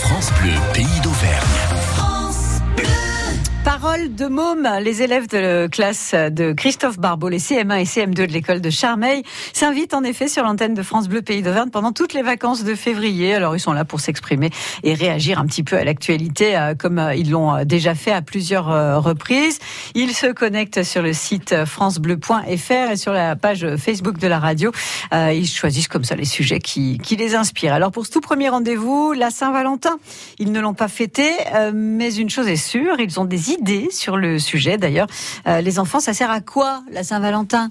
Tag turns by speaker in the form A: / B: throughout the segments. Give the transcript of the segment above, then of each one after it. A: France Bleu, pays d'Auvergne.
B: Parole de môme, les élèves de classe de Christophe Barbeau, les CM1 et CM2 de l'école de Charmeil, s'invitent en effet sur l'antenne de France Bleu Pays d'Auvergne pendant toutes les vacances de février. Alors ils sont là pour s'exprimer et réagir un petit peu à l'actualité, euh, comme ils l'ont déjà fait à plusieurs euh, reprises. Ils se connectent sur le site euh, francebleu.fr et sur la page Facebook de la radio. Euh, Ils choisissent comme ça les sujets qui, qui les inspirent. Alors pour ce tout premier rendez-vous, la Saint-Valentin, ils ne l'ont pas fêté, euh, mais une chose est sûre, ils ont des idées sur le sujet d'ailleurs. Euh, les enfants, ça sert à quoi la Saint-Valentin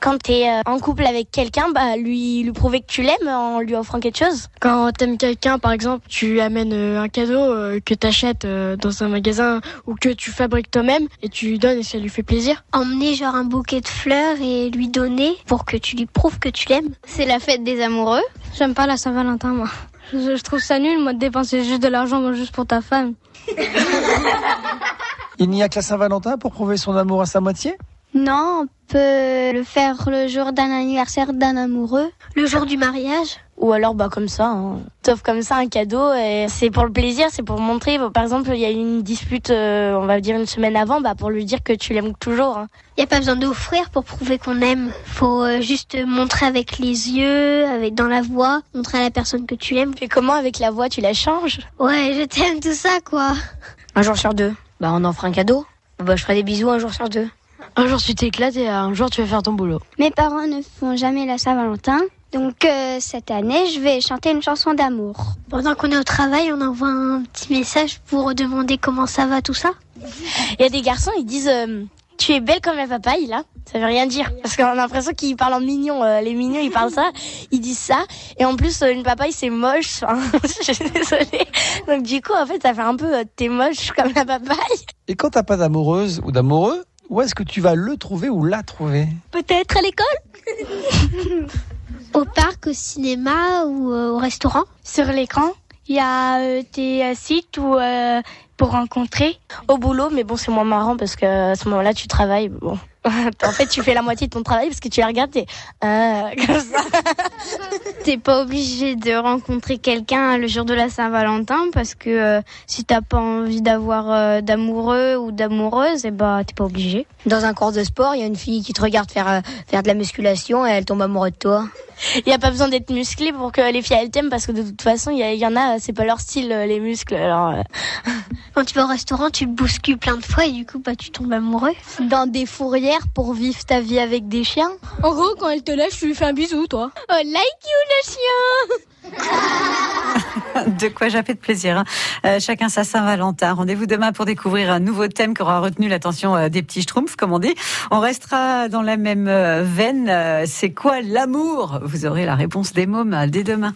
C: quand tu es euh, en couple avec quelqu'un, bah, lui, lui prouver que tu l'aimes en lui offrant quelque chose.
D: Quand t'aimes quelqu'un, par exemple, tu amènes euh, un cadeau euh, que t'achètes dans un magasin ou que tu fabriques toi-même et tu lui donnes et ça lui fait plaisir.
E: Emmener genre un bouquet de fleurs et lui donner pour que tu lui prouves que tu l'aimes.
F: C'est la fête des amoureux.
G: J'aime pas la Saint-Valentin, moi. Je, je, trouve ça nul, moi, de dépenser juste de l'argent moi, juste pour ta femme.
H: Il n'y a que la Saint-Valentin pour prouver son amour à sa moitié
E: Non, peut Euh, le faire le jour d'un anniversaire d'un amoureux, le jour du mariage.
C: Ou alors bah comme ça, hein. sauf comme ça un cadeau et c'est pour le plaisir, c'est pour montrer. Par exemple, il y a eu une dispute, euh, on va dire une semaine avant, bah pour lui dire que tu l'aimes toujours. Il hein.
E: n'y a pas besoin d'offrir pour prouver qu'on aime. Faut euh, juste montrer avec les yeux, avec dans la voix, montrer à la personne que tu l'aimes.
C: Et comment avec la voix tu la changes
E: Ouais, je t'aime tout ça quoi.
I: Un jour sur deux, bah on offre un cadeau. Bah je ferai des bisous un jour sur deux.
J: Un jour tu t'éclates et un jour tu vas faire ton boulot.
E: Mes parents ne font jamais la Saint-Valentin. Donc euh, cette année, je vais chanter une chanson d'amour.
K: Pendant qu'on est au travail, on envoie un petit message pour demander comment ça va, tout ça.
C: Il y a des garçons, ils disent euh, Tu es belle comme la papaye, là. Ça veut rien dire. Parce qu'on a l'impression qu'ils parlent en mignon. Euh, les mignons, ils parlent ça. Ils disent ça. Et en plus, euh, une papaye, c'est moche. Hein. je suis désolée. Donc du coup, en fait, ça fait un peu euh, T'es moche comme la papaye.
H: Et quand t'as pas d'amoureuse ou d'amoureux, où est-ce que tu vas le trouver ou la trouver
C: Peut-être à l'école
E: Au parc, au cinéma ou euh, au restaurant
F: Sur l'écran Il y a euh, des euh, sites où, pour rencontrer
C: Au boulot, mais bon, c'est moins marrant parce qu'à ce moment-là, tu travailles. Bon. en fait, tu fais la moitié de ton travail parce que tu la regardes et. euh, comme ça.
L: T'es pas obligé de rencontrer quelqu'un le jour de la Saint-Valentin parce que si t'as pas envie d'avoir d'amoureux ou d'amoureuse, et bah t'es pas obligé.
I: Dans un cours de sport, il y a une fille qui te regarde faire, euh, faire de la musculation et elle tombe amoureuse de toi.
C: Il n'y a pas besoin d'être musclé pour que les filles elles t'aiment parce que de toute façon, il y, y, en a, c'est pas leur style les muscles. Alors, euh...
K: Quand tu vas au restaurant, tu te bouscules plein de fois et du coup, bah, tu tombes amoureux.
F: Dans des fourrières pour vivre ta vie avec des chiens.
M: En gros, quand elle te lâche, tu lui fais un bisou, toi.
F: Oh, like you le chien
B: De quoi japper de plaisir. Hein. Euh, chacun sa Saint-Valentin. Rendez-vous demain pour découvrir un nouveau thème qui aura retenu l'attention euh, des petits schtroumpfs, comme on dit. On restera dans la euh, même veine. C'est quoi l'amour Vous aurez la réponse des mômes euh, dès demain.